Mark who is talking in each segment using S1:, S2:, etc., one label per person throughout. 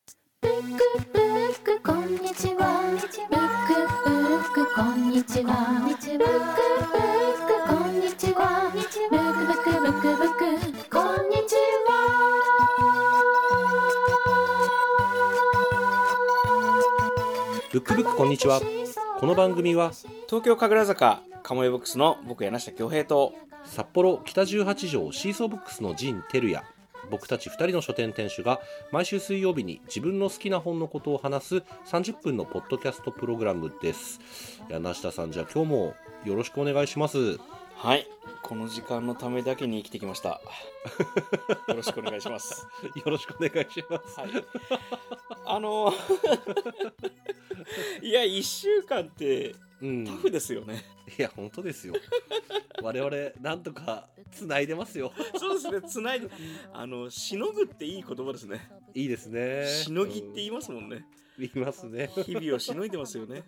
S1: ックブックこんにちはブックブックこんにちはブックブックこんにちはブックブックブックブックこんにちは
S2: ブックブックこんにちはこの番組は
S3: 東京神楽坂カモエボックスの僕柳下恭平と
S2: 札幌北18条シーソーブックスの陣照也僕たち2人の書店店主が毎週水曜日に自分の好きな本のことを話す30分のポッドキャストプログラムです柳下さんじゃあ今日もよろしくお願いします
S3: はいこの時間のためだけに生きてきましたよろしくお願いします
S2: よろしくお願いします
S3: はいあのいや1週間って
S2: うん
S3: タフですよね、
S2: いや本当ですよ我々なんとか繋いでますよ
S3: そうですねつないであのしのぐっていい言葉ですね
S2: いいですね
S3: しのぎって言いますもんね
S2: うん言いますね
S3: 日々をしのいでますよね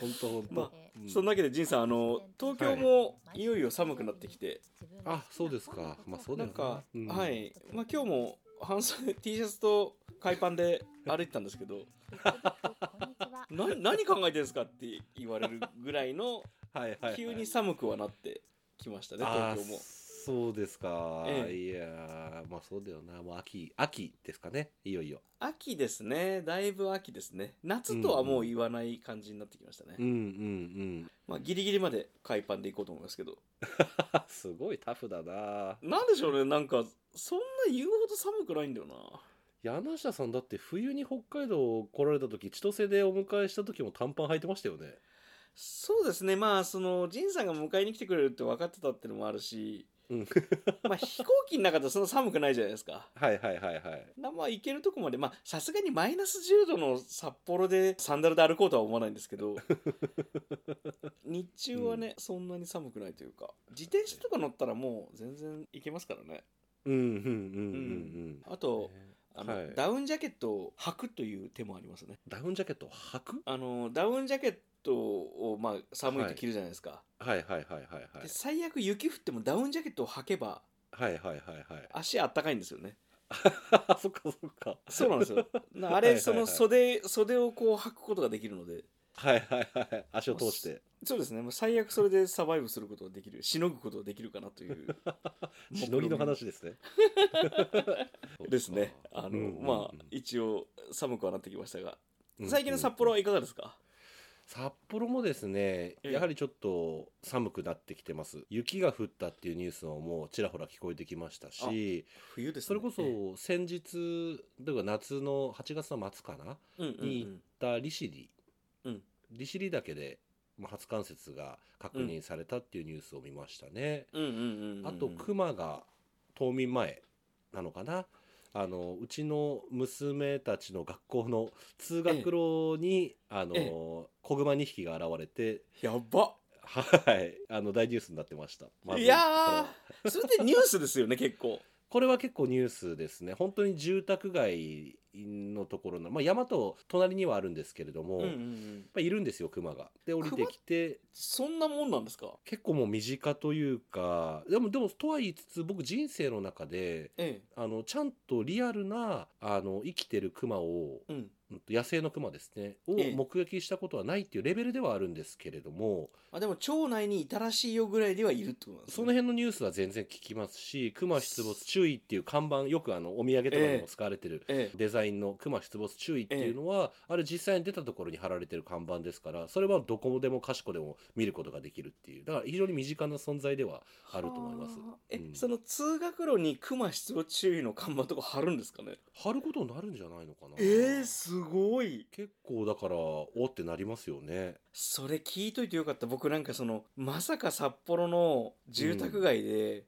S2: 本当本当
S3: まあそんなわけで陣さんあの東京もいよいよ寒くなってきて、
S2: あそうですかまあそうだ
S3: なん
S2: よ
S3: か、
S2: うん
S3: はい、まあ、今日も半袖 T シャツと海パンで歩いてたんですけどな何考えてるんですかって言われるぐらいの
S2: はいはいはい
S3: 急に寒くはなってきましたね、
S2: あー
S3: 東京も。
S2: そうですか、
S3: ええ
S2: いやーまあそうだよなもう秋秋ですかねいよいよ
S3: 秋ですねだいぶ秋ですね夏とはもう言わない感じになってきましたね、
S2: うんうんうん
S3: まあ、ギリギリまで海パンで行こうと思いますけど
S2: すごいタフだな
S3: なんでしょうねなんかそんな言うほど寒くないんだよな
S2: 柳下さんだって冬に北海道来られた時千歳でお迎えした時も短パン履いてましたよね
S3: そうですねまあその仁さんが迎えに来てくれるって分かってたってのもあるし
S2: うん
S3: まあ飛行機の中でそんな寒くないじゃないですか。
S2: はいはいはいはい
S3: なまあ行けるとこまでまあさすがにマイナス10度の札幌でサンダルで歩こうとは思わないんですけ ど日中はね、そんなに寒くないというか自転車とか乗ったらもう全然行けますからね
S2: うんうんうんうん
S3: あ
S2: うん
S3: と、あの
S2: はい
S3: ダウンジャケットを履くという手もありますね
S2: ダウンジャケットを履く
S3: あのダウンジャケットをまあ寒いと着るじゃないですか、
S2: はいはいはいはいはい
S3: で最悪雪降ってもダウンジャケットを履けば
S2: はいはいはいはい
S3: 足あったかいんですよね
S2: あ そっかそっか
S3: そうな んですよ。なあ
S2: はいはいは
S3: れ、
S2: い
S3: その袖、袖をこう履くことができるので。
S2: はいはいはい足を通して
S3: そうですね。もう最悪それでサバイブすることができる、しのぐことができるかなという。
S2: しのぎの話ですね
S3: ですね。あの、
S2: うんうんうん
S3: まあ、一応寒くはなってきましたが。
S2: うん
S3: 最近の札幌はいかがですか。
S2: 札幌もですね
S3: ええ
S2: やはりちょっと寒くなってきてます雪が降ったっていうニュースももうちらほら聞こえてきましたし
S3: 冬です、ね。
S2: それこ
S3: うん
S2: そ先日というか夏の8月の末かな行っ
S3: うんうん、
S2: た利尻
S3: うん
S2: 利尻岳でまあ初冠雪が確認されたっていうニュースを見ましたね、
S3: うんうんうんうん。
S2: あと熊が冬眠前なのかなあのうちの娘たちの学校の通学路に、あ
S3: ええ
S2: の子熊2匹が現れて
S3: やば。
S2: はいあの大ニュースになってました、まず
S3: い
S2: これは
S3: やー、それってニュースですよね、結構。
S2: これは結構ニュースですね本当に住宅街のところの、まあ、山と隣にはあるんですけれども、
S3: うんうんう
S2: やっ
S3: ん。
S2: ぱいるんですよ熊がで降りてきて
S3: そんなもんなんですか。
S2: 結構もう身近というかでもでもとは言いつつ僕人生の中で
S3: え
S2: あのちゃんとリアルなあの生きてるクマを
S3: え。うん。
S2: うんと野生のクマですねを
S3: ええ
S2: 目撃したことはないっていうレベルではあるんですけれども、
S3: あ、でも町内にいたらしいよぐらいではいるってことなんです
S2: その辺のニュースは全然聞きますしクマ出没注意っていう看板よくあのお土産とかにも使われてる
S3: 辺。ええ。
S2: デザインのクマ出没注意っていうのは、あれ実際に出たところに貼られてる看板ですからそれはどこでもかしこでも見ることができるっていうだから非常に身近な存在ではあると思います
S3: はあえ、
S2: うん
S3: その通学路に熊出没注意の看板とか貼るんですかね。
S2: 貼ることになるんじゃないのかな
S3: すごい。
S2: 結構だからおってなりますよね
S3: それ聞いといてよかった。僕なんかそのまさか札幌の住宅街で、
S2: うん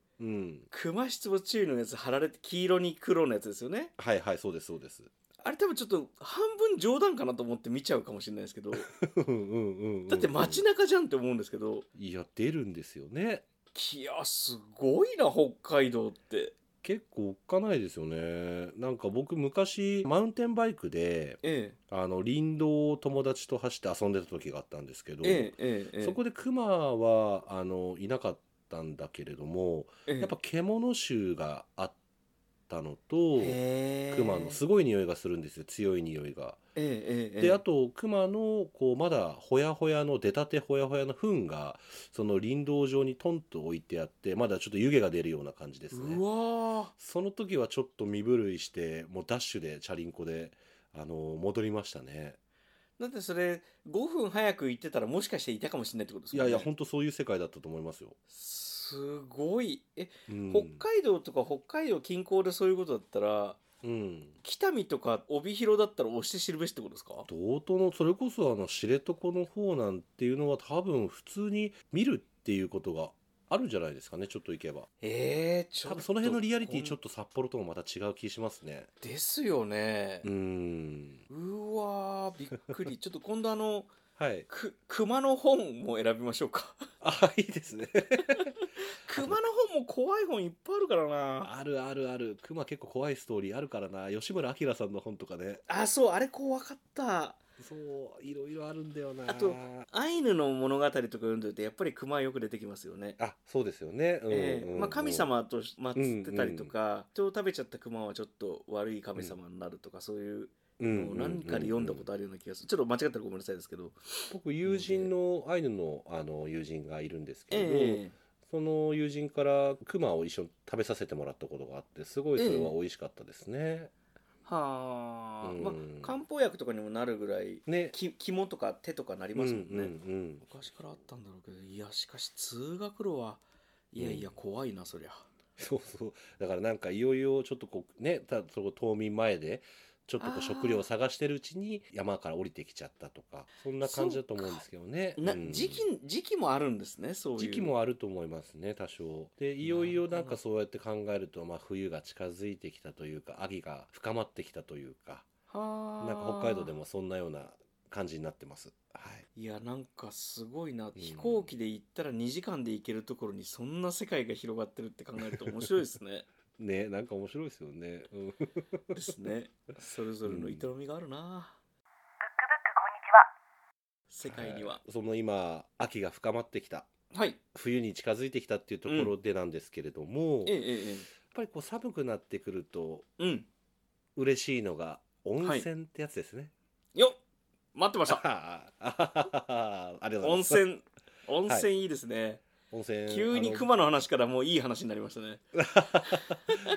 S3: 熊出没注意のやつ貼られて黄色に黒のやつですよね。
S2: はいはいそうですそうです
S3: あれ多分ちょっと半分冗談かなと思って見ちゃうかもしれないですけど、
S2: うんうんうんうん
S3: だって街中じゃんって思うんですけど、
S2: いや出るんですよね
S3: いやすごいな北海道って。
S2: 結構おっかないですよねなんか僕昔マウンテンバイクで
S3: え
S2: あの林道を友達と走って遊んでた時があったんですけど、
S3: ええええええ。
S2: そこでクマはあのいなかったんだけれども
S3: ええ
S2: やっぱ獣臭があったったのと
S3: へえ
S2: クマのすごい匂いがするんですよ強い匂いが。
S3: ええええ
S2: であとクマのこうまだほやほやの出たてほやほやの糞がその林道上にトンと置いてあってまだちょっと湯気が出るような感じですね
S3: うわ
S2: その時はちょっと身震いしてもうダッシュでチャリンコであの戻りましたね
S3: ーだってそれ5分早く行ってたらもしかしていたかもしれないってことです
S2: い
S3: も
S2: や
S3: ん
S2: い
S3: ね
S2: や本当そういう世界だったと思いますよ、
S3: すごいえ、
S2: うん、
S3: 北海道とか北海道近郊でそういうことだったら
S2: うん
S3: 北見とか帯広だったら押して知るべしってことですか
S2: 道東のそれこそあの知床の方なんていうのは多分普通に見るっていうことがあるんじゃないですかねちょっと行けば
S3: ええちょっ
S2: 多
S3: と
S2: 分その辺のリアリティちょっ
S3: と
S2: と札幌ともまた違う気しますね
S3: ですよね
S2: うーん
S3: うわーびっ くりちょっと今度あの
S2: はい
S3: く熊の本も選びましょう か
S2: あいいですね
S3: 熊の本も怖い本いっぱいあるから な
S2: あるあるあるクマ結構怖いストーリーあるからな吉村明さんの本とかね
S3: あそうあれ怖かった
S2: そういろいろあるんだよな
S3: あとアイヌの物語とか読んでるとやっぱり熊よく出てきますよね
S2: あそうですよね、うん
S3: ええ
S2: うんうん
S3: まあ、神様と祀ってたりとか、人を食べちゃった熊はちょっと悪い神様になるとか、そういうのを何かで読んだことあるような気がする、ちょっと間違ったらごめんなさいですけど、
S2: 僕友人のアイヌのあの友人がいるんですけど、
S3: え
S2: その友人からクマを一緒に食べさせてもらったことがあってすごいそれは美味しかったですね、
S3: えはあ、
S2: うん
S3: まあ漢方薬とかにもなるぐらい
S2: ね
S3: き肝とか手とかなり
S2: うん
S3: ま
S2: う
S3: す
S2: ん
S3: もんね、
S2: うん
S3: 昔からあったんだろうけどいやしかし通学路はいやいや怖いな、そりゃ
S2: そうそうだからなんかいよいよちょっとこうねたそこ冬眠前でちょっとこ
S3: あー
S2: う食料を探してるうちに山から降りてきちゃったとかそんな感じだと思うんですけどね。
S3: な、
S2: うん
S3: 時期時期もあるんですねそういう
S2: 時期もあると思いますね多少でいよいよなんかそうやって考えると、まあ、冬が近づいてきたというか秋が深まってきたというか
S3: はあ
S2: なんか北海道でもそんなような感じになってます。はい、
S3: いやなんかすごいな、
S2: ん
S3: 飛行機で行ったら2時間で行けるところにそんな世界が広がってるって考えると面白いで すね
S2: ねなんか面白いですよね。うん
S3: ですねそれぞれの営みがあるな、ブックブックこんにちは世界には
S2: その今秋が深まってきた
S3: はい
S2: 冬に近づいてきたっていうところでなんですけれども、
S3: ええええ
S2: やっぱりこう寒くなってくると
S3: ええうん
S2: 嬉しいのが温泉ってやつですね。
S3: よっ待って ました
S2: ああありがとうござい
S3: 温
S2: ます。
S3: 泉温泉いいですね、
S2: 温泉
S3: 急に
S2: あの
S3: 熊の話からもういい話になりましたね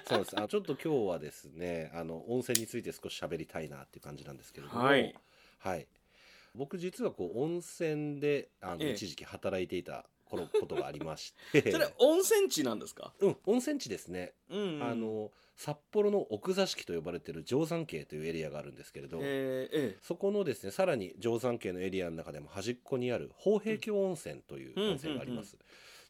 S2: そうです。あのちょっと今日はですね、あの温泉について少し喋りたいなっていう感じなんですけれども、
S3: はい、
S2: はい僕実はこう温泉であの、
S3: ええ
S2: 一時期働いていた頃ことがありまして、
S3: それ温泉地なんですか
S2: うん温泉地ですね。
S3: うんうん
S2: あの札幌の奥座敷と呼ばれている定山渓というエリアがあるんですけれど。
S3: えええ
S2: そこのですねさらに定山渓のエリアの中でも端っこにある豊平峡温泉という温泉があります。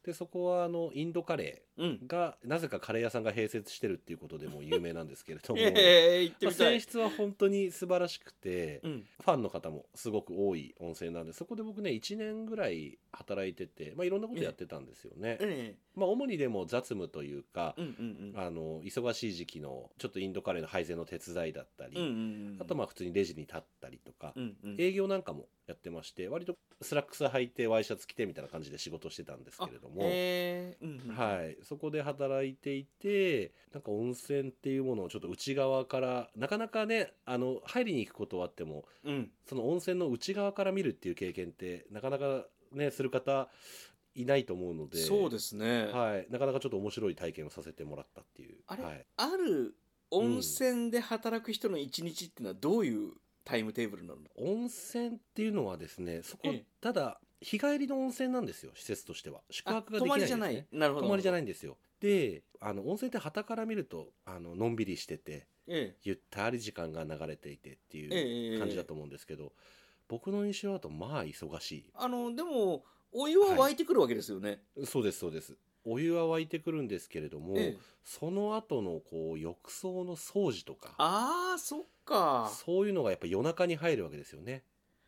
S2: でそこはあのインドカレ
S3: えうん
S2: ーがなぜかカレー屋さんが併設してるっていうことでも有名なんですけれども、
S3: ええ行って
S2: まあ
S3: みた
S2: 泉
S3: い、
S2: 質は本当に素晴らしくて、
S3: うん
S2: ファンの方もすごく多い温泉なんでそこで僕ね1年ぐらい働いてて、まあ、いろんなことやってたんですよね。
S3: え
S2: まあ、主にでも雑務というか、
S3: えうんうんうん
S2: あの忙しい時期のちょっとインドカレーの配膳の手伝いだったり、
S3: うんうんうん
S2: あとまあ普通にレジに立ったりとか、
S3: うんうん
S2: 営業なんかもやってまして割とスラックス履いてワイシャツ着てみたいな感じで仕事してたんですけれども、
S3: ええうんうん
S2: はい、そこで働いていてなんか温泉っていうものをちょっと内側からなかなかねあの入りに行くことはあっても
S3: うん
S2: その温泉の内側から見るっていう経験ってなかなかねする方いないと思うので
S3: そうですね、
S2: はい、なかなかちょっと面白い体験をさせてもらったっていう。
S3: あれ
S2: はい
S3: ある温泉で働く人の一日っていうのはどういうタイムテーブルなの、
S2: 温泉っていうのはですねそこ、
S3: ええ
S2: ただ日帰りの温泉なんですよ施設としては宿
S3: あ
S2: 泊がで
S3: 泊
S2: き
S3: ま
S2: ないん
S3: り
S2: で
S3: じ
S2: す、ね、
S3: ゃないなるほど
S2: 泊まりじゃない
S3: い、
S2: んですよであの温泉って傍から見るとあののんびりしてて
S3: え
S2: ゆったり時間が流れていてって
S3: ええ
S2: いう
S3: えええ
S2: 感じだと思うんですけど、僕の印象だとまあ忙し
S3: あのでもお湯は湧いてくるわけですよね、
S2: いそうですそうですお湯は沸いてくるんですけれども、
S3: ええ
S2: その後のこう浴槽の掃除とか
S3: ああそっか
S2: そういうのがやっぱ夜中に入るわけですよね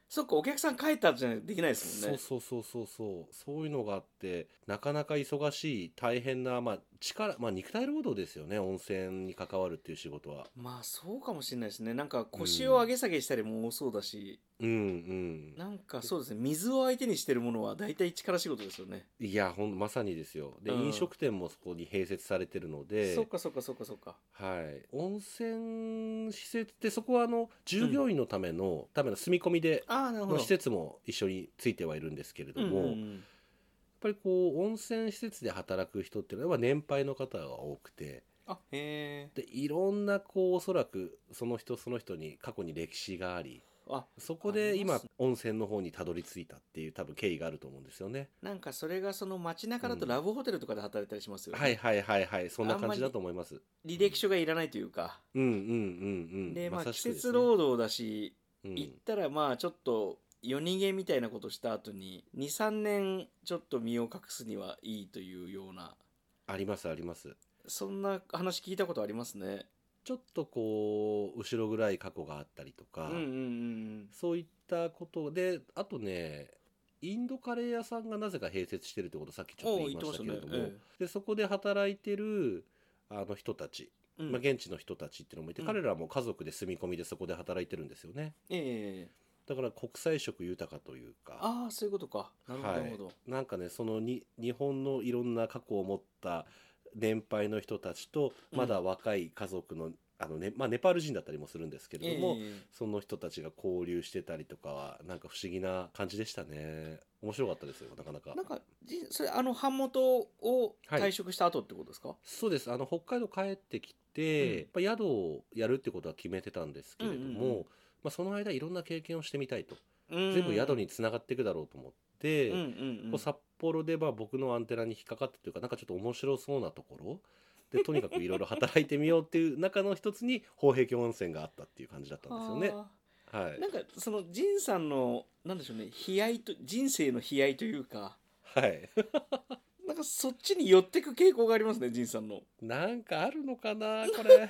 S3: そっかお客さん帰った後じゃないとできないですもん
S2: そう
S3: ね
S2: そうそうそうそうそういうのがあってなかなか忙しい大変な、まあ、力、まあ、肉体労働ですよね温泉に関わるっていう仕事は
S3: まあそうかもしれないですねなんか腰を上げ下げしたりも多そうだし、
S2: うんうん
S3: なんかそうですね水を相手にしてるものは大体力仕事ですよね、
S2: いやほんまさにですよで、
S3: うん
S2: 飲食店もそこに併設されてるので
S3: そっかそっかそっかそっか
S2: はい、温泉施設ってそこはあの従業員のための、ための住み込みで
S3: ああなるほ
S2: の
S3: ど
S2: 施設も一緒についてはいるんですけれども、
S3: うんう
S2: やっ
S3: ん
S2: ぱりこう温泉施設で働く人っていうのは年配の方が多くて
S3: あへえ
S2: でいろんなこうおそらくその人その人に過去に歴史があり
S3: あ
S2: そこで
S3: あ
S2: 今
S3: ります
S2: 温泉の方にたどり着いたっていう多分経緯があると思うんですよね。
S3: なんかそれがその街中だとラブホテルとかで働いたりしますよ、ね
S2: はいはいはいはいそんな感じだと思います。
S3: 履歴書がいらないというか、
S2: うんうんうんうん。
S3: でまあ
S2: さ
S3: 季
S2: しくです
S3: 節
S2: ね
S3: 労働だし、
S2: うん
S3: 行ったらまあちょっと夜逃げみたいなことした後に23年ちょっと身を隠すにはいいというような
S2: ありますあります。
S3: そんな話聞いたことありますね
S2: ちょっとこう後ろ暗い過去があったりと
S3: う
S2: か、
S3: んうんうん
S2: そういったことであとねインドカレー屋さんがなぜか併設してるってことさっきちょっと言いましたけれども、
S3: おう言ってましたね
S2: でそこで働いてるあの人たち、
S3: うん
S2: まあ、現地の人たちっていうのもいて、
S3: うん
S2: 彼らも家族で住み込みでそこで働いてるんですよね
S3: ええ
S2: だから国際色豊かというか
S3: ああそういうことかなるほど、
S2: はい
S3: なるほど
S2: なんかねそのに日本のいろんな過去を持った年配の人たちとまだ若い家族の,、あのねまあ、ネパール人だったりもするんですけれども、
S3: ええ
S2: その人たちが交流してたりとかはなんか不思議な感じでしたね面白かったですよなかなか
S3: なんかじそれあの版元を
S2: はい
S3: 退職した後ってことですか、
S2: そうですあの北海道帰ってきて、やっぱ宿をやるってことは決めてたんですけれども、
S3: うんうんうん
S2: まあ、その間いろんな経験をしてみたいと
S3: うん
S2: 全部宿につながっていくだろうと思って、
S3: うんうんう
S2: こうん札幌でまあ僕のアンテナに引っかかったというかなんかちょっと面白そうなところでとにかくいろいろ働いてみようっていう中の一つに宝壁温泉があったっていう感じだったんですよね。
S3: あ
S2: は
S3: ー
S2: い
S3: なんかその仁さんのなんでしょうね悲哀と人生の悲哀というか
S2: はい、
S3: なんかそっちに寄ってく傾向がありますね仁さんの。
S2: なんかあるのか なこれ。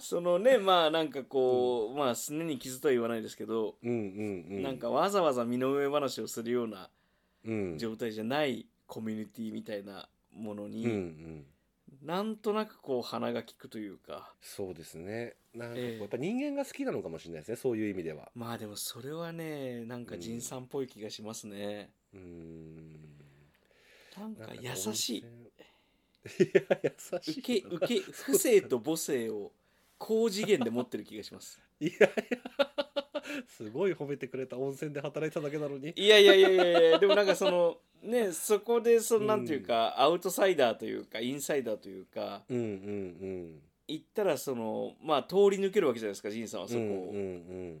S3: そ のねまあなんかこう、まあすねに傷とは言わないですけど、
S2: うんうんうん、
S3: なんかわざわざ身の上話をするような
S2: うん、
S3: 状態じゃないコミュニティみたいなものに、
S2: うんうん、
S3: なんとなくこう鼻が利くというか
S2: そうですねなんかこう、
S3: ええ
S2: やっぱ人間が好きなのかもしれないですねそういう意味では
S3: まあでもそれはねなんか仁さんっぽい気がしますね。
S2: うーん
S3: なんか優しい
S2: なんか温泉いや優しい
S3: 受け受け不正と母性を高次元で持ってる気がします。
S2: いやい やすごい褒めてくれた温泉で働いただけなのに
S3: いやいやいやいやいやでもなんかそのねそこでそのなんていうか、アウトサイダーというかインサイダーというか
S2: うんうん
S3: 行ったらそのまあ通り抜けるわけじゃないですか仁さんは
S2: うん
S3: そこを、
S2: うんう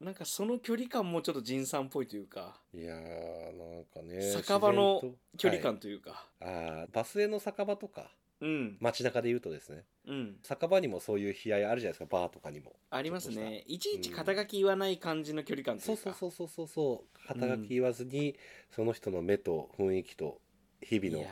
S2: ん
S3: なんかその距離感もちょっと仁さんっぽいというか
S2: うんいやーなんかね
S3: 酒場の
S2: 自然と
S3: 距離
S2: は
S3: 感というか、
S2: いあーバスへの酒場とか
S3: うん
S2: 街中で言うとですね
S3: うん
S2: 酒場にもそういう悲哀あるじゃないですかバーとかにも
S3: あります
S2: ちょっと
S3: ねいちいち肩書き言わない感じの距離感とい
S2: そうう
S3: か
S2: そうそうそうそうそう肩書き言わずに、その人の目と雰囲気と日々
S3: い
S2: の
S3: や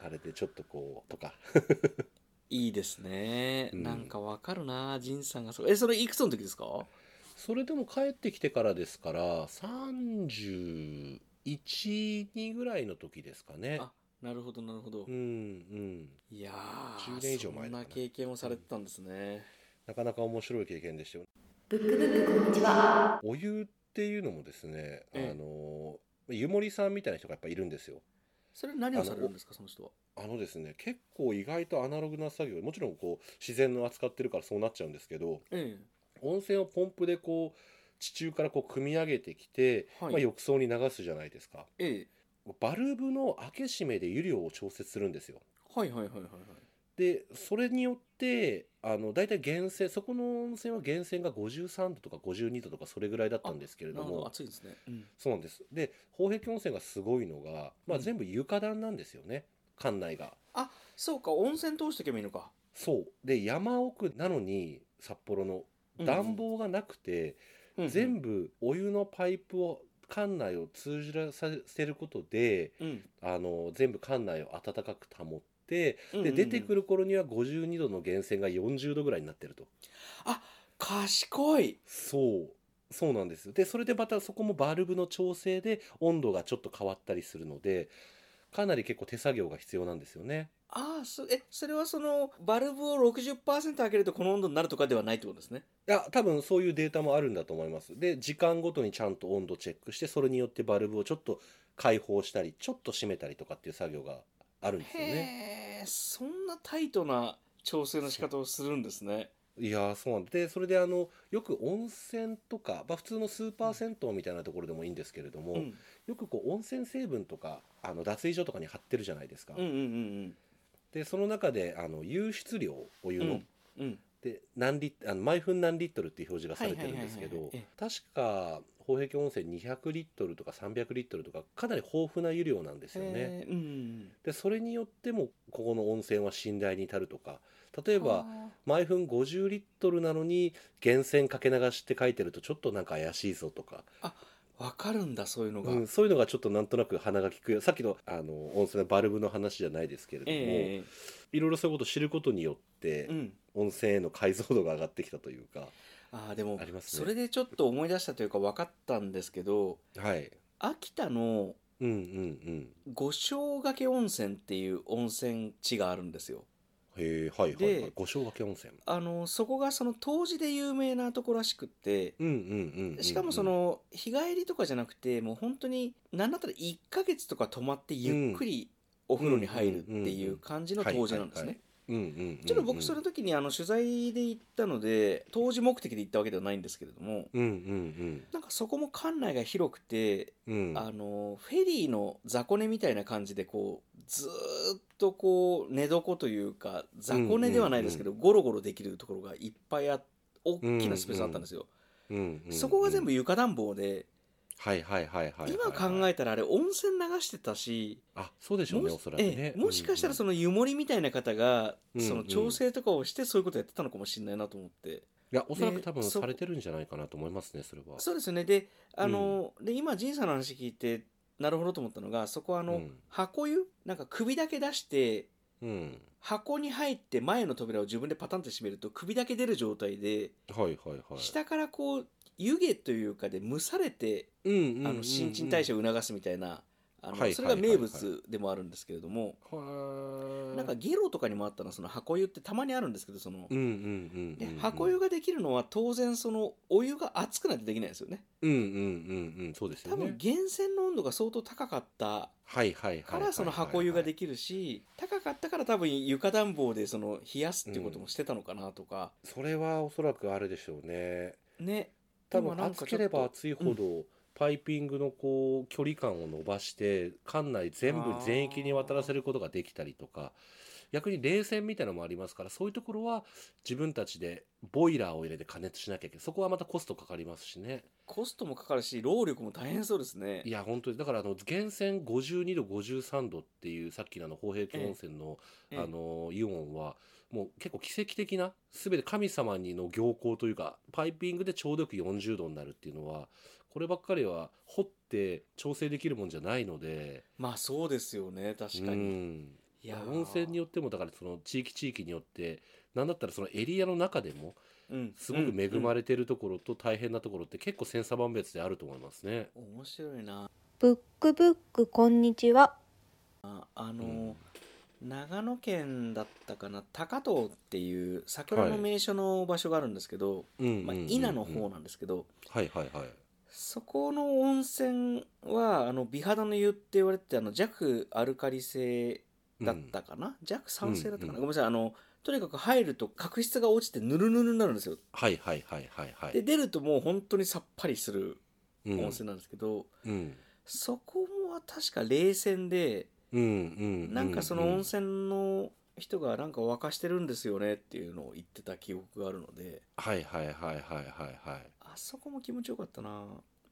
S2: あれでちょっとこうとか
S3: ーいいですね、
S2: うん
S3: なんかわかるな仁さんがそうえそれいくつの時ですか
S2: それでも帰ってきてからですから312ぐらいの時ですかね
S3: あなるほどなるほど、
S2: うんうん
S3: いやー
S2: 10年以上前
S3: そん
S2: だか
S3: な
S2: な
S3: 経験をされてたんですね、
S2: なかなか面白い経験でしたよ
S1: ブックブックこんにちは
S2: お湯っていうのもですね、
S3: ええ
S2: あの湯守さんみたいな人がやっぱいるんですよ
S3: それ何をされるんですかその人は
S2: あのですね結構意外とアナログな作業もちろんこう自然の扱ってるからそうなっちゃうんですけど
S3: え
S2: 温泉をポンプでこう地中からこう汲み上げてきて、
S3: はい
S2: まあ、浴槽に流すじゃないですか
S3: えええ
S2: バルブの開け閉めで湯量を調節するんですよ
S3: はいはいはいはいはい
S2: でそれによってあの大体源泉そこの温泉は源泉が53度とか52度とかそれぐらいだったんですけれ
S3: な
S2: ど
S3: るほど
S2: も
S3: 暑いですね、うん
S2: そうなんですで宝壁温泉がすごいのが、まあ、
S3: うん
S2: 全部床暖なんですよね、館内が
S3: あそうか温泉通してけばいいのか
S2: そうで山奥なのに札幌の暖房がなくて、全
S3: 部
S2: 部お湯のパイプを館内を通じらせることで
S3: うん
S2: あの全部館内を暖かく保って
S3: うんうんう
S2: で
S3: ん
S2: 出てくる頃には52度の源泉が40度ぐらいになってると
S3: 賢い
S2: そうそうなんですでそれでまたそこもバルブの調整で温度がちょっと変わったりするのでかなり結構手作業が必要なんですよね
S3: ああそえそれはそのバルブを60%開けるとこの温度になるとかではないってことですね
S2: いや多分そういうデータもあるんだと思いますで時間ごとにちゃんと温度チェックしてそれによってバルブをちょっと開放したりちょっと閉めたりとかっていう作業があるんですよね
S3: へえそんなタイトな調整の仕方をするんですね
S2: いやーそうなんだでそれであのよく温泉とか、まあ、普通のスーパー銭湯みたいなところでもいいんですけれども、
S3: うん
S2: よくこう温泉成分とかあの脱衣所とかに貼ってるじゃないですか、
S3: うんうんうん
S2: でその中であの湧出量お湯
S3: う
S2: の、
S3: んうん
S2: で何リッあの毎分何リットルっていう表示がされてるんですけ
S3: はいは
S2: ど
S3: いはいはい
S2: 確か宝壁温泉200リットルとか300リットルとかかなり豊富な湯量なんですよね。
S3: へーうん
S2: でそれによってもここの温泉は信頼に至るとか例え
S3: 例
S2: ば毎分50リットルなのに源泉かけ流しって書いてるとちょっとなんか怪しいぞとか、
S3: わかるんだそういうのが、
S2: うん、そういうのがちょっとなんとなく鼻が利くよさっきのあの温泉のバルブの話じゃないですけれども、
S3: え
S2: いろいろそういうことを知ることによって
S3: えうん
S2: 温泉への解像度が上がってきたというか、
S3: ああでも
S2: ありますね
S3: それでちょっと思い出したというか分かったんですけど
S2: はい、
S3: 秋田の
S2: うんうんうん
S3: 五升掛け温泉っていう温泉地があるんですよ
S2: へえはいはいはい
S3: で
S2: 五升掛け温泉
S3: あのそこがその冬至で有名なとこらしくって
S2: うんうんうんうんうん
S3: しかもその日帰りとかじゃなくてもう本当に何だったら1ヶ月とか泊まってゆっくりお風呂に入るっていう感じの冬至なんです
S2: はいはいはい
S3: ね
S2: うんうんうんうん
S3: ちょっと僕その時にあの取材で行ったので当時目的で行ったわけではないんですけれども
S2: うんうん
S3: なんかそこも館内が広くて
S2: うんうん
S3: あのフェリーの雑魚寝みたいな感じでこうずーっとこう寝床というか雑魚寝ではないですけど、ゴロゴロできるところがいっぱいあ大きなスペースあったんですよ、
S2: うんうんうん
S3: そこが全部床暖房で、
S2: はいはいはいはいはい
S3: 今考えたらあれ温泉流してたし、
S2: あそうでしょうねお
S3: もし
S2: そらくね
S3: ええもしかしたらその湯守りみたいな方が、
S2: うんうん
S3: その調整とかをしてそういうことやってたのかもしれないなと思って、
S2: いやおそらく
S3: で
S2: 多分
S3: そ
S2: されてるんじゃないかなと思いますねそれは
S3: そうですねであの、で今仁さんの話聞いてなるほどと思ったのがそこはあの、
S2: うん
S3: 箱湯なんか首だけ出して
S2: うん
S3: 箱に入って前の扉を自分でパタンって閉めると首だけ出る状態で、
S2: はいはいはい
S3: 下からこう湯気というかで蒸されて、
S2: うんうんうん
S3: あの新陳代謝を促すみたいなあ
S2: はいはいはいは
S3: の
S2: い
S3: それが名物でもあるんですけれども、
S2: は
S3: なんかゲロとかにもあったのはその箱湯ってたまにあるんですけどその、
S2: うんうんうんうん
S3: で
S2: うん
S3: 箱湯ができるのは当然そのお湯が熱くないとできないですよね
S2: うんうんうんうんそうですよ
S3: 多
S2: ね
S3: 分源泉の温度が相当高かった
S2: はいはいはい
S3: か
S2: はいはい
S3: らその箱湯ができるし高かったから多分床暖房でその冷やすっていうこともしてたのかなとか、
S2: それはおそらくあれでしょうね
S3: ね
S2: 多
S3: でも
S2: 分
S3: なんか
S2: 熱ければ
S3: ちょっ
S2: 熱いほどパイピングのこう距離感を伸ばして館内全部
S3: あー
S2: 全域に渡らせることができたりとか逆に冷戦みたいなのもありますからそういうところは自分たちでボイラーを入れて加熱しなきゃいけないそこはまたコストかかりますしね
S3: とコストもかかるし労力も大変そうですね
S2: いや本当にだからあの源泉52度53度っていうさっきのあの宝平温泉の
S3: ええ
S2: あのイオンはもう結構奇跡的な全て神様にの行幸というかパイピングでちょうどよく40度になるっていうのはこればっかりは掘って調整できるもんじゃないので
S3: まあそうですよね確か
S2: う
S3: に、
S2: ん
S3: いやー
S2: 温泉によってもだからその地域地域によって何だったらそのエリアの中でも
S3: うん
S2: すごく恵ま
S3: れ、
S2: れてるところと大変なところって結構千差万別であると思いますね。
S3: うん面白いな
S4: ブックブックこんにちは
S3: ああ
S2: う
S3: の、
S2: ん
S3: 長野県だったかな高遠っていう桜の
S2: はい
S3: 名所の場所があるんですけど、
S2: うん
S3: ま
S2: う
S3: あ、
S2: んうんうん
S3: 稲の方なんですけど、
S2: はいはいはい。
S3: そこの温泉はあの美肌の湯って言われててあの弱アルカリ性だったかな、弱酸性だった
S2: う
S3: かな、
S2: んうん
S3: ごめんなさいあのとにかく入ると角質が落ちてぬるぬるになるんですよ
S2: はいはいはいはいはい。
S3: で出るともう本当にさっぱりする
S2: うん
S3: 温泉なんですけど、
S2: うん
S3: そこも確か冷泉で
S2: うんうん
S3: なんかその
S2: うん
S3: 温泉の人がなんか沸かしてるんですよねっていうのを言ってた記憶があるので
S2: はいはいはいはいはいはい。
S3: あそこも気持ちよかったな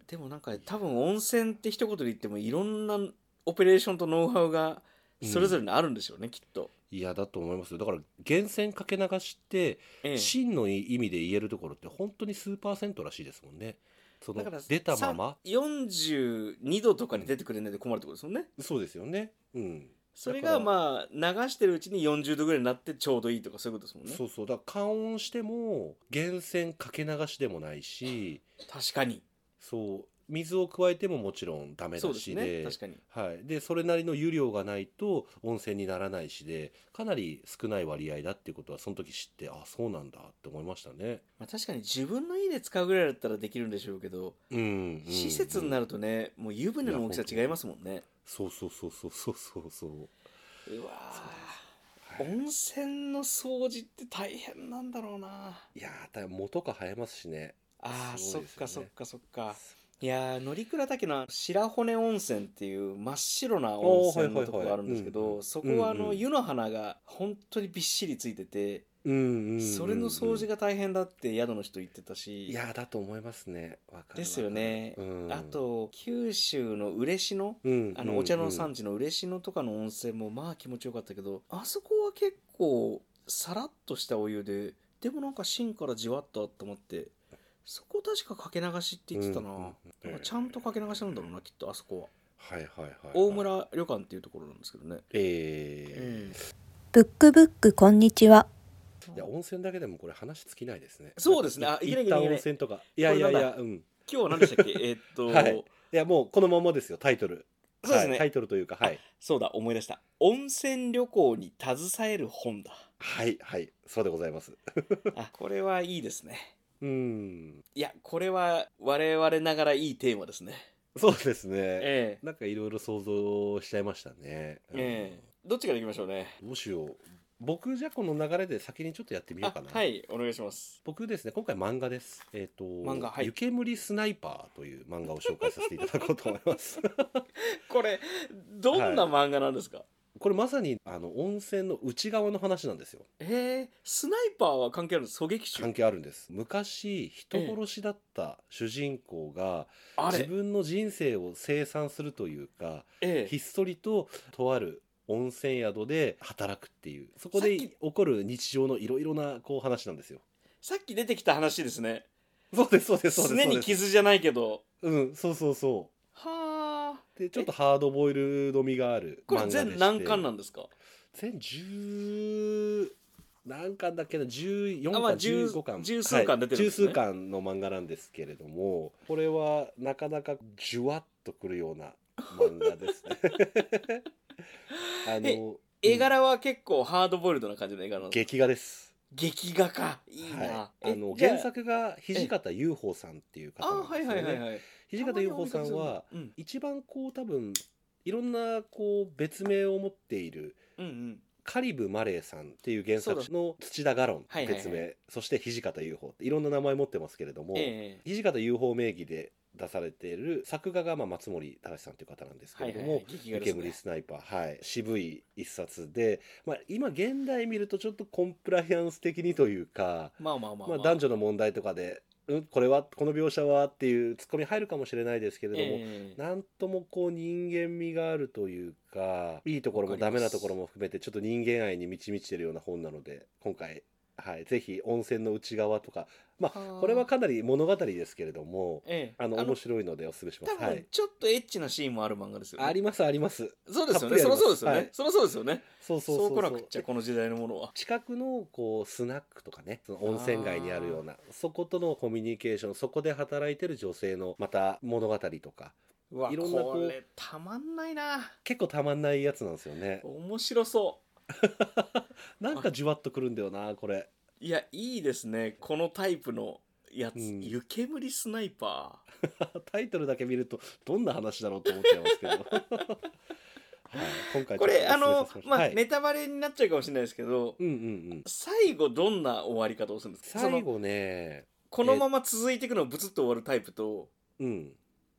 S3: でもなんか多分温泉って一言で言ってもいろんなオペレーションとノウハウがそれぞれにあるんでしょうね、きっと、
S2: いやだと思いますよだから源泉かけ流しって
S3: ええ
S2: 真の意味で言えるところって本当に数パーセントらしいですもんねその
S3: だから
S2: 出たまま
S3: さ42度とかに出てくれないで困るってことですもんね、
S2: そうですよねうん
S3: それ
S2: だか
S3: が
S2: ら
S3: まあ流してるうちに40度ぐらいになってちょうどいいとかそういうことですもんね
S2: そうそうだから換温しても源泉かけ流しでもないし
S3: 確かに
S2: そう水を加えてももちろんダメ
S3: そう
S2: だ
S3: です
S2: し
S3: ね
S2: で
S3: 確かに
S2: はい、でそれなりの湯量がないと温泉にならないしでかなり少ない割合だっていうことはその時知ってあそうなんだって思いましたね。
S3: まあ、確かに自分の家で使うぐらいだったらできるんでしょうけど、
S2: うんうんうん
S3: 施設になるとねもう湯船の大きさ違いますもんね
S2: そうそうそうそうそうそうそう
S3: うわー温泉の掃除って大変なんだろうない
S2: やーだ元が生えますしね
S3: あー、
S2: す
S3: そ
S2: ご
S3: っ
S2: いです
S3: か
S2: よね
S3: そっかそっかいやー乗鞍岳の白骨温泉っていう真っ白な温泉のとこがあるんですけ
S2: あーはいはい
S3: ど
S2: はい
S3: そこはあ
S2: うんう
S3: の
S2: ん
S3: 湯の花が本当にびっしりついてて
S2: うんうんうんうん
S3: それの掃除が大変だって宿の人言ってたし
S2: いやーだと思いますねわかる
S3: ですよね
S2: わかるうん
S3: あと九州の嬉野
S2: うん
S3: あのお茶の
S2: さん
S3: 産地の嬉野とかの温泉もまあ気持ちよかったけどあそこは結構さらっとしたお湯ででもなんか芯からじわっと温まってそこ確かかけ流しって言ってたな,、
S2: うんうんうん
S3: なんかちゃんとかけ流しなんだろうなきっとあそこは
S2: はいはいはいはい
S3: 大村旅館っていうところなんですけどね、
S2: え
S4: ブックブックこんにちは。
S2: ーいや温泉だけでもこれ話尽きないですね
S3: そうですねあいけないいけない
S2: 行った温泉とかいやいやい
S3: これな
S2: やうん
S3: 今日は何でしたっけえーっと、
S2: はいいやもうこのままですよタイトル
S3: そうですね
S2: はいタイトルというかはい
S3: そうだ思い出した温泉旅行に携える本だ
S2: はいはいそうでございます
S3: あ これはいいですね
S2: うん
S3: いやこれは我々ながらいいテーマですね
S2: そうですね
S3: え
S2: なんかいろいろ想像しちゃいましたね
S3: えええどっちからいきましょうね
S2: うんどうしよう僕じゃあこの流れで先にちょっとやってみようかな
S3: あはいお願いします
S2: 僕ですね今回漫画ですえっ、と
S3: 漫画はい
S2: 湯煙スナイパーという漫画を紹介させていただこうと思います
S3: これどんな漫画なんですか、
S2: これまさにあの温泉の内側の話なんですよ
S3: ええスナイパーは関係あるんです狙撃手
S2: 関係あるんです昔人殺しだった主人公が
S3: あ
S2: 自
S3: れ
S2: 分の人生を清算するというか
S3: え
S2: ひ
S3: え
S2: っそりととある温泉宿で働くっていうそこで
S3: さっ
S2: 起こる日常のいろいろなこう話なんですよ
S3: さっき出てきた話ですね
S2: そうですそうですそうです
S3: すねに傷じゃないけど
S2: うんそうそうそ
S3: はあ
S2: うでちょっとハードボイルドみがある
S3: こ
S2: 漫
S3: れ
S2: 画でして
S3: 全何巻なんですか
S2: 全10何巻だっけな14
S3: あ
S2: 巻、
S3: まあ10
S2: 15巻
S3: 10数巻出てるんですね
S2: はい、10数巻の漫画なんですけれどもこれはなかなかじゅわっとくるような漫画ですね あ
S3: え
S2: の
S3: 絵柄は結構ハードボイルドな感じの絵柄な
S2: うんん
S3: ですか
S2: 劇画です
S3: 劇画かいいな、
S2: はい、
S3: え
S2: あの
S3: じゃ
S2: 原作が土方雄峰さんっていう
S3: あ
S2: 方なん
S3: あは
S2: で
S3: い
S2: すよ
S3: はいはい
S2: ね
S3: はい
S2: 土方雄峰さんは
S3: たまにお見かけする
S2: 一番こう多分いろんなこう別名を持っている
S3: うん、うんうん
S2: カリブ・マレーさんっていう原作の土田ガロン
S3: はいはいはい
S2: 別名そして土方雄峰っていろんな名前持ってますけれども
S3: ええ
S2: 土方雄峰名義で出されている作画がまあ松森正さんという方なんですけ
S3: は
S2: れ
S3: い
S2: ど
S3: はいは
S2: も
S3: い劇画
S2: 湯
S3: です
S2: 煙
S3: ね
S2: スナイパー、はい、渋い一冊で、まあ、今現代見るとちょっとコンプライアンス的にというか、
S3: まあまあまあ、
S2: まあ、男女の問題とかで、うん、これはこの描写はっていうツッコミ入るかもしれないですけれども、
S3: ええ
S2: なんともこう人間味があるというかいいところも
S3: わかり
S2: ダ
S3: ま
S2: メな
S3: す
S2: ところも含めてちょっと人間愛に満ち満ちてるような本なので今回、はい、ぜひ温泉の内側とかまあ
S3: はあ
S2: これはかなり物語ですけれども
S3: ええ
S2: あの面白いのでおすすめします
S3: 多。
S2: は
S3: 分
S2: い
S3: ちょっとエッチなシーンもある漫画ですよね。
S2: ありますあります。
S3: そうですよ
S2: たっぷ
S3: ね。
S2: りあり
S3: そり
S2: ま
S3: ゃ
S2: す
S3: そうですよね。
S2: はい
S3: そりゃそうですよね。
S2: そうそう
S3: そ
S2: そうう
S3: こ
S2: そ
S3: ら
S2: う
S3: くっちゃこの時代のものは。
S2: 近くのこうスナックとかねその温泉街にあるようなそことのコミュニケーションそこで働いてる女性のまた物語とか
S3: うわ
S2: いろんなこう
S3: これたまんないな。
S2: 結構たまんないやつなんですよね
S3: 面白そ
S2: なんかじわっとくるんだよなこれ
S3: う。いやいいですね。このタイプのやつ。
S2: うん
S3: 湯煙スナイパ
S2: タイトルだけ見るとどんな話だろうと思っちゃいますけど、はい、 今
S3: ー。
S2: 回
S3: これあ
S2: ちょ
S3: の
S2: っとお勧めさせても
S3: ま
S2: らい
S3: あ
S2: はい
S3: ネタバレになっちゃうかもしれないですけど。
S2: うんうんうん
S3: 最後どんな終わり方をするんですかそ
S2: 最
S3: の
S2: 後ね
S3: このまま続いていくのをブツッと終わるタイプと
S2: うん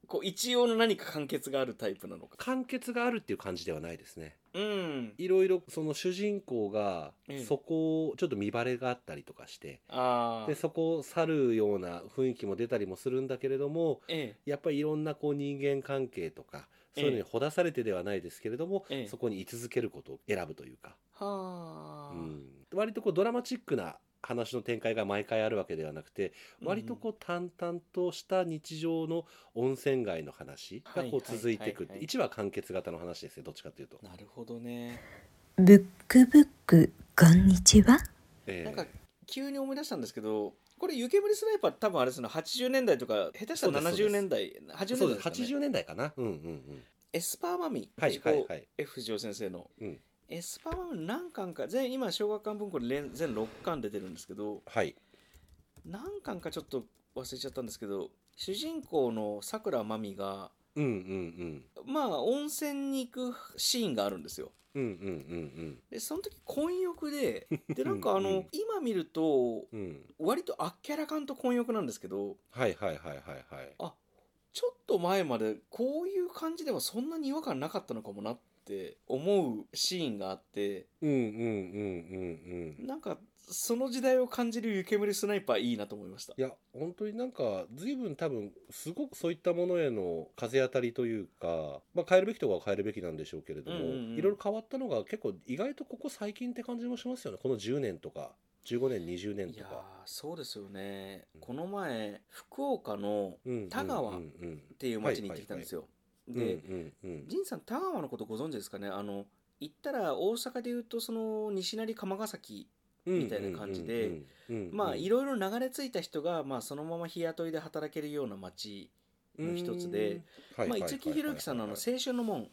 S3: こう一応の何か完結があるタイプなのか
S2: 完結があるっていう感じではないですね
S3: うん
S2: いろいろその主人公が
S3: ええ
S2: そこをちょっと見バレがあったりとかして
S3: ああ
S2: でそこを去るような雰囲気も出たりもするんだけれども
S3: え
S2: やっぱりいろんなこう人間関係とかそういうのにほだされてではないですけれども、
S3: ええ
S2: そこに居続けることを選ぶというか、
S3: えはあ、
S2: うん、割とこうドラマチックな話の展開が毎回あるわけではなくて割とこう淡々とした日常の温泉街の話が
S3: はい
S2: こ
S3: はいう
S2: 続いていくって
S3: はいはい
S2: 1話完結型の話ですねどっちかというと。
S3: なるほどね
S4: ブックブックこんにちは。
S2: ええ
S3: なんか急に思い出したんですけどこれ湯煙スナイパー多分あれですね80年代とか下手したら
S2: そうですそうです
S3: 70年代80
S2: そうで
S3: 年代ですすか、ね、
S2: 80年代かなうんうんうん
S3: エスパーマミー
S2: はいはい
S3: 藤
S2: は
S3: 子
S2: い
S3: F 不二雄先生の、
S2: うん
S3: エスパーマミー何巻か全今小学館文庫で連全6巻出てるんですけど
S2: はい
S3: 何巻かちょっと忘れちゃったんですけど主人公のさくらまみが
S2: うんうんうん
S3: まあ温泉に行くシーンがあるんですよ
S2: うんうんうん
S3: でその時混浴ででなん
S2: う
S3: か
S2: ん
S3: あの、
S2: うん
S3: 今見ると
S2: うんうん
S3: 割とあっけらかんと混浴なんですけど
S2: はいはいはいはいはい
S3: あちょっと前までこういう感じではそんなに違和感なかったのかもなって思うシーンがあって
S2: うんうんうんうんうん
S3: なんかその時代を感じる湯煙スナイパーいいなと思いました
S2: いや本当になんか随分多分すごくそういったものへの風当たりというか、まあ、変えるべきとこは変えるべきなんでしょうけれども、
S3: うんうんうん
S2: いろいろ変わったのが結構意外とここ最近って感じもしますよねこの10年とか15年20年
S3: い
S2: と
S3: やー
S2: か。
S3: そうですよね
S2: うん
S3: この前福岡の
S2: うんうんうん
S3: 田川っ
S2: うん
S3: っていう町に行ってきたんですよ、
S2: うん
S3: で、
S2: うんうん
S3: 仁さん田川のことご存知ですかねあの行ったら大阪でいうとその西成釜ヶ崎
S2: うん
S3: みたいな感じで
S2: うんうんうんうん
S3: まあいろいろ流れ着いた人が、まあ、そのまま日雇いで働けるような町、の一つで、
S2: うん
S3: まあ、五木ひろゆきさんのあの
S2: はい
S3: 青春の門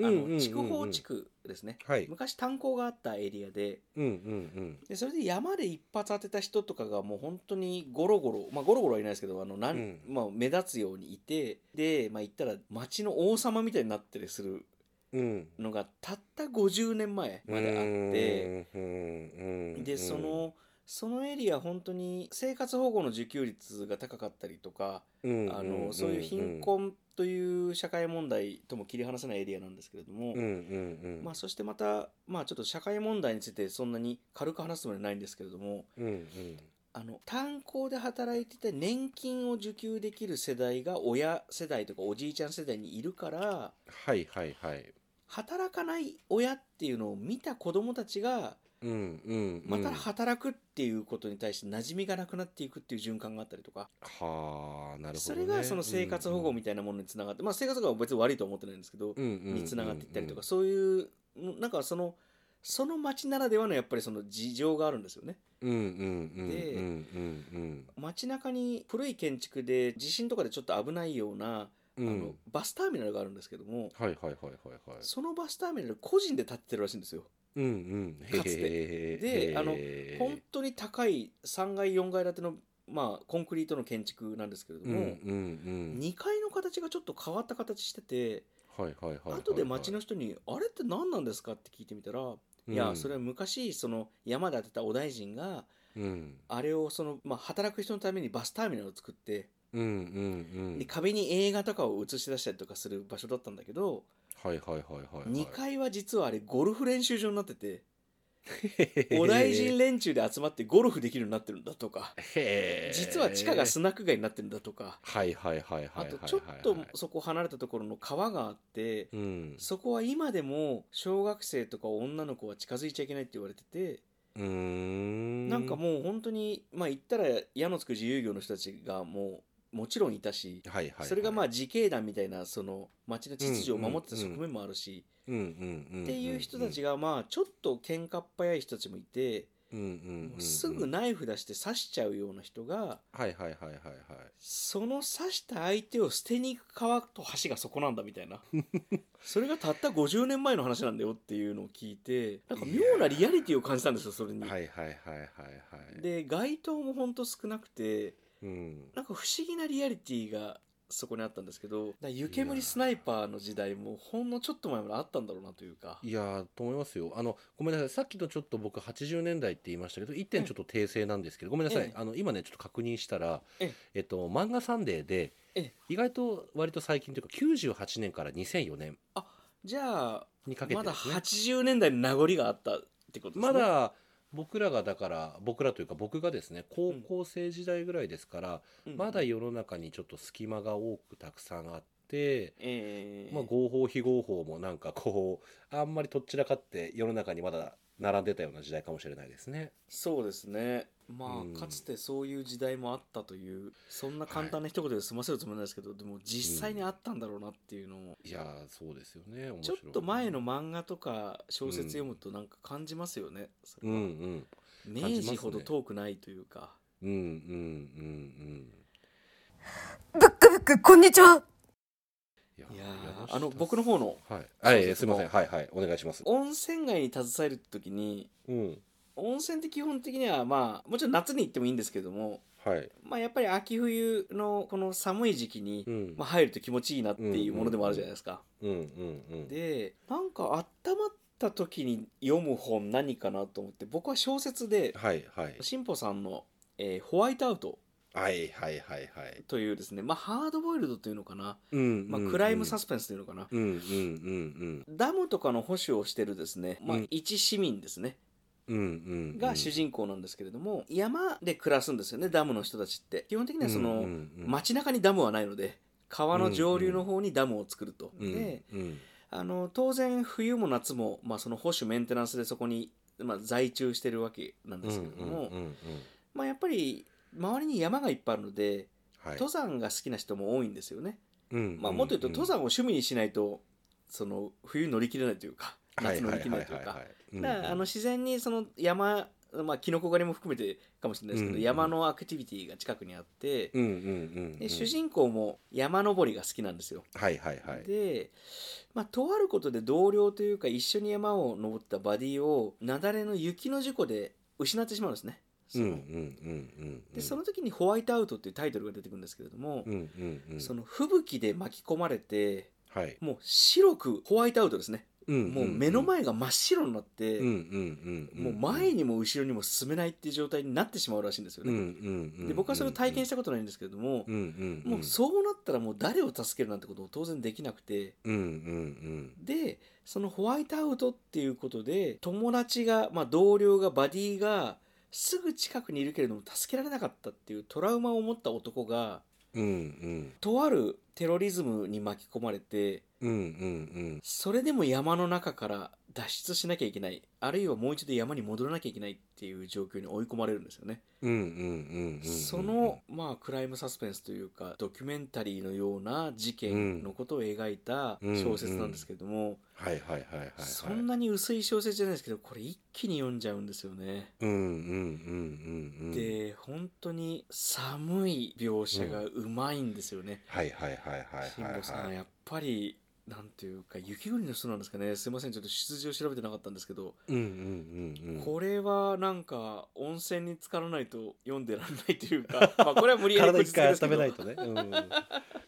S3: あ
S2: うんうんうんう
S3: の
S2: ん
S3: 筑豊地区ですね
S2: はい
S3: 昔炭鉱があったエリアで
S2: うんうん
S3: でそれで山で一発当てた人とかがもう本当にゴロゴロまあゴロゴロはいないですけどあのなん、
S2: うん
S3: まあ、目立つようにいてで、まあ、行ったら町の王様みたいになってりする
S2: うんうん
S3: のがたった50年前まであって。
S2: うんうんうん
S3: でそのそのエリア本当に生活保護の受給率が高かったりとか、
S2: うん
S3: あ
S2: ん
S3: の
S2: ん
S3: そういう貧困という社会問題とも切り離せないエリアなんですけれども、
S2: うんうんうん
S3: まあ、そしてまた、まあ、ちょっと社会問題についてそんなに軽く話すつもりはないんですけれども
S2: うんうん
S3: あの炭鉱で働いてて年金を受給できる世代が親世代とかおじいちゃん世代にいるから
S2: はいはいはい。
S3: 働かない親っていうのを見た子どもたちが
S2: うんうん、
S3: ま
S2: うん
S3: た働くっていうことに対して馴染みがなくなっていくっていう循環があったりとか、
S2: はあなるほど、ね。
S3: それがその生活保護
S2: み
S3: みたいなものにつながって、まあ生活保護は別に悪いとは思ってないんですけど、
S2: たいな
S3: につながっていったりとか、そういうなんかそのその町ならではのやっぱりその事情があるんですよね
S2: うんうんうん
S3: で
S2: うんうん
S3: 街中に古い建築で地震とかでちょっと危ないような、
S2: うんうん。
S3: あのバスターミナルがあるんですけども、
S2: はいはいはいはいはい。
S3: そのバスターミナル個人で建ててるらしいんですよ
S2: うんうん。
S3: かつて
S2: て
S3: であの本当に高い3階4階建てのまあコンクリートの建築なんですけれど
S2: うんう
S3: も、
S2: んうん。
S3: 2階の形がちょっと変わった形してて、
S2: はいはいはいはいはい。
S3: 後で町の人に「あれって何なんですか?」って聞いてみたら「
S2: うん
S3: いやそれは昔その山で当てたお大臣が
S2: うん
S3: あれをその、まあ、働く人のためにバスターミナルを作って
S2: うんうんう
S3: で
S2: ん。
S3: 壁に映画とかを映し出したりとかする場所だったんだけど
S2: はいはいはいはい。
S3: 2階は実はあれゴルフ練習場になってて
S2: 回
S3: お大臣連中で集まってゴルフできるようになってるんだとか実は地下がス
S2: す。
S3: ナック街になってるんだとか
S2: はいはいはいは
S3: あ
S2: いはいはいはい。
S3: とちょっとそこ離れたところの川があって
S2: うん
S3: そこは今でも小学生とか女の子は近づいちゃいけないって言われてて、
S2: うーん。
S3: なんかもう本当にまあ言ったら矢のつく自由業の人たちがもうもちろんいたし、
S2: はいはいはい、
S3: それがま
S2: あ、
S3: あ自警団みたいなその町の秩序を守ってた
S2: うんうん
S3: 側面もあるし、
S2: うんうんうんんん
S3: っていう人たちがまあちょっと喧嘩っ早い人たちもいて、
S2: うんうんうん
S3: も
S2: うん、
S3: うすぐナイフ出して刺しちゃうような人が
S2: はいはいはいはいはい
S3: その刺した相手を捨てに行く川と橋がそこなんだみた いなそれがたった50年前の話なんだよっていうのを聞いてなんか妙なリアリティを感じたんですよそれに。
S2: はいはいはいはいはい
S3: で街灯もほんと少なくて
S2: うん
S3: なんか不思議なリアリティがそこにあったんですけどだから湯煙スナイパーの時代もほんのちょっと前まであったんだろうなというか
S2: いやーと思いますよあのごめんなさいさっきのちょっと僕80年代って言いましたけど一点ちょっと訂正なんですけどごめんなさい、
S3: ええ
S2: あの今ねちょっと確認したら
S3: ええ
S2: っと漫画サンデーで
S3: ええ
S2: 意外と割と最近というか98年から2004年
S3: じゃあ
S2: にかけて
S3: ま
S2: で
S3: だ
S2: すね
S3: 80年代の名残があったってことです
S2: ま
S3: ね
S2: だ僕らがだから僕らというか僕がですね高校生時代ぐらいですから、
S3: うん
S2: まだ世の中にちょっと隙間が多くたくさんあって、
S3: ええ
S2: まあ、合法非合法もなんかこうあんまりとっちらかって世の中にまだ並んでたような時代かもしれないですね。
S3: そうですねまあ、
S2: うん
S3: かつてそういう時代もあったというそんな簡単な一言で済ませるつもりなんですけど、でも実際にあったんだろうなっていうのも、
S2: いやーそうですよね面
S3: ちょ
S2: 白
S3: っ
S2: い
S3: と前の漫画とか小説読むとなんか感じますよね、それ
S2: う
S3: は
S2: んうん
S3: 明治ほど遠くないというか、
S2: うんうんうん
S4: ブックブックこんにちは
S2: うん
S3: いやーあの僕の方の
S2: はい、あいえす
S3: 小説
S2: い
S3: の
S2: ませんはいはいお願いします
S3: 温泉街に携える時に
S2: うん
S3: 温泉って基本的にはまあもちろん夏に行ってもいいんですけども、
S2: はい
S3: まあ、やっぱり秋冬のこの寒い時期に、
S2: うん
S3: まあ、入ると気持ちいいなっていうものでもあるじゃないですか。
S2: うんうんうん
S3: でなんか温まった時に読む本何かなと思って僕は小説で
S2: はいはい
S3: しんぽさんの、えーホワイトアウト
S2: はいはいはいはい」
S3: というですね、まあ、ハードボイルドというのかな、
S2: うん
S3: まあ、クライムサ
S2: ス
S3: スペンスというのかな、
S2: うんうんうん
S3: ダムとかの保守をしてるですね、まあ
S2: うん、
S3: 一市民です
S2: うんう
S3: ね、
S2: んうん
S3: が主人公なんですけれども、山で暮らすんですよねダムの人たちって基本的にはその、
S2: うんうんうん
S3: 街中にダムはないので川の上流の方にダムを作ると、
S2: うん
S3: で
S2: うん
S3: あの当然冬も夏も、まあ、その保守メンテナンスでそこに、まあ、在中してるわけなんですけれども、
S2: うんうんうんうん
S3: まあ、やっぱり周りに山がいっぱいあるので
S2: はい
S3: 登山が好きな人も多いんですよね、
S2: うん
S3: まあ、もっと言うと
S2: ん
S3: 登山を趣味にしないとその冬乗り切れないというか夏乗り切れないというか。だからあの自然にその山まあキノコ狩りも含めてかもしれないですけど、
S2: うんうん
S3: 山のアクティビティが近くにあって、
S2: うんうんうんう
S3: で
S2: ん
S3: 主人公も山登りが好きなんですよ。
S2: はいはいはい
S3: で、まあ、とあることで同僚というか一緒に山を登ったバディを雪崩の雪の事故で失ってしまうんですね。そ
S2: うんう
S3: の
S2: んうんうんうん
S3: でその時に「ホワイトアウト」っていうタイトルが出てくるんですけれども、
S2: うんうんうん
S3: その吹雪で巻き込まれて
S2: はい
S3: もう白くホワイトアウトですね、もう目の前が真っ白になって、
S2: うんうんうん
S3: もう前にも後ろにも進めないっていう状態になってしまうらしいんですよ
S2: うんう
S3: ね。
S2: んうんうん
S3: で僕はそれを体験し
S2: した
S3: ことないんですけれども
S2: う、んうん
S3: もうそうなったらもう誰を助けるなんてことを当然できなくて
S2: うんうん
S3: でそのホワイトアウトっていうことで友達が、まあ、同僚がバディがすぐ近くにいるけれども助けられなかったっていうトラウマを持った男が
S2: うんうん
S3: とあるテロリズムに巻き込まれて
S2: うんうんうん
S3: それでも山の中から脱出しなきゃいけないあるいはもう一度山に戻らなきゃいけないっていう状況に追い込まれるんですよね。
S2: うんうんうんうんうん
S3: その、まあ、クライムサスペンスというかドキュメンタリーのような事件のことを描いた小説なんですけれども、
S2: はいはいはいはいはい
S3: そんなに薄い小説じゃないですけどこれ一気に読んじゃうんですよね。
S2: うんうんうんうんうん
S3: で本当に寒い描写がうまいんですよね。
S2: はいはいはいはい
S3: 慎
S2: はい
S3: 吾さん
S2: は
S3: はいやっぱりなんていうか雪国の人なんですかねすいませんちょっと出自を調べてなかったんですけど、
S2: うんうんうんうん
S3: これはなんか温泉に浸からないと読んでらんないとい うかまあこれは無理やり
S2: 体
S3: こじ
S2: 一
S3: つけ
S2: 回
S3: ですけ
S2: 温
S3: ど
S2: めないとねうん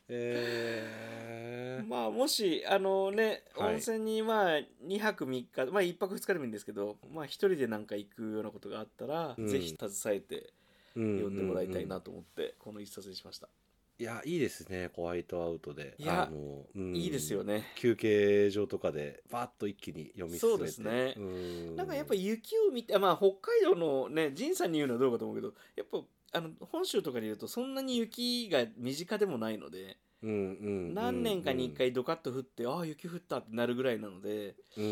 S2: えー
S3: まあもしあのね、
S2: はい
S3: 温泉にまあ2泊3日まあ1泊2日でもいいんですけどまあ1人でなんか行くようなことがあったら、
S2: うん
S3: ぜひ携えて
S2: 読
S3: 読んでもらいたいなと思って、この一冊にしました、
S2: いやいいですねホワイトアウトで
S3: いや
S2: あの、うん
S3: いいですよね
S2: 休憩所とかでバッと一気に読み進めて
S3: そうですね
S2: ん
S3: なんかやっぱ雪を見てあまあ北海道のね仁さんに言うのはどうかと思うけどやっぱあの本州とかにいるとそんなに雪が身近でもないので、
S2: うんうんうんうん
S3: 何年かに1回ドカッと降って、ああ雪降ったってなるぐらいなので、
S2: うんうん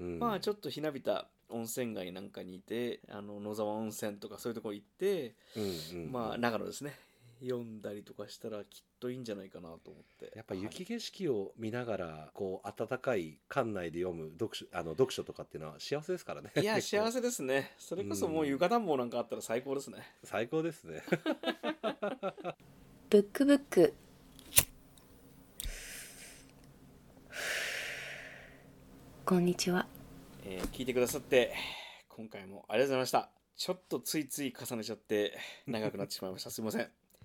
S2: うん
S3: まあちょ
S2: っ
S3: っとひなびた温泉街なんかにいてあの野沢温泉とかそういうとこ行って、
S2: と、うんうんうん
S3: まあ長野ですね読んだりとかしたらきっといいんじゃないかなと思って
S2: やっぱ雪景色を見ながらこう暖かい館内で読む読書あの読書とかっていうのは幸せですからね
S3: はいいや
S2: 結構
S3: 幸せですねそれこそもう床暖房なんかあったら最高ですね
S2: 最高ですね
S4: ブックブックこんにちは
S3: えー聞いてくださって今回もありがとうございましたちょっとついつい重ねちゃって長くなってしま いましたすいません、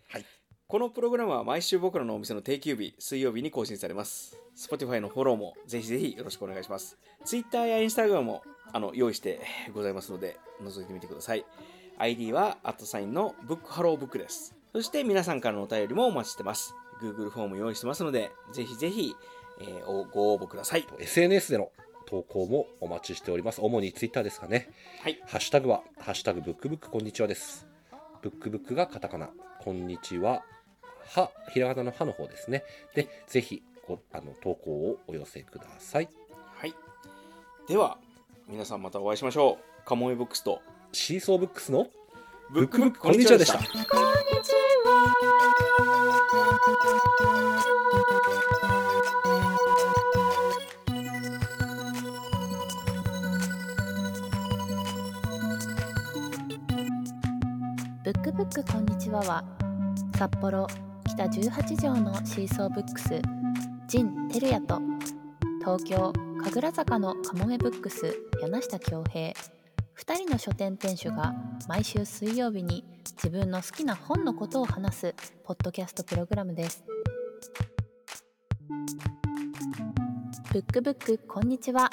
S2: はい、
S3: このプログラムは毎週僕らのお店の定休日水曜日に更新されます Spotify のフォローもぜひぜひよろしくお願いします Twitter や Instagram もあの用意してございますので覗いてみてください ID はアットサインのブックハローブックですそして皆さんからのお便りもお待ちしてます Google フォーム用意してますのでぜひぜひ、えーおご応募ください
S2: SNS での投稿もお待ちしております主にツイッターですかね
S3: はい
S2: ハッシュタグは、ハッシュタグブックブックこんにちはです。ブックブックがカタカナ、こんにちは、は、ひらがなのはの方ですね。で、ぜひ、ごあの、投稿をお寄せください。
S3: はい。では、皆さんまたお会いしましょう。カモメブックスと、
S2: シーソーブックスの
S3: ブ
S2: ックブックこんにちはでした
S1: こんにちは
S5: ブックブックこんにちはは札幌北18条のシーソーブックスジン・テルヤと東京神楽坂のカモメブックス柳下恭平2人の書店店主が毎週水曜日に自分の好きな本のことを話すポッドキャストプログラムです。ブックブックこんにちは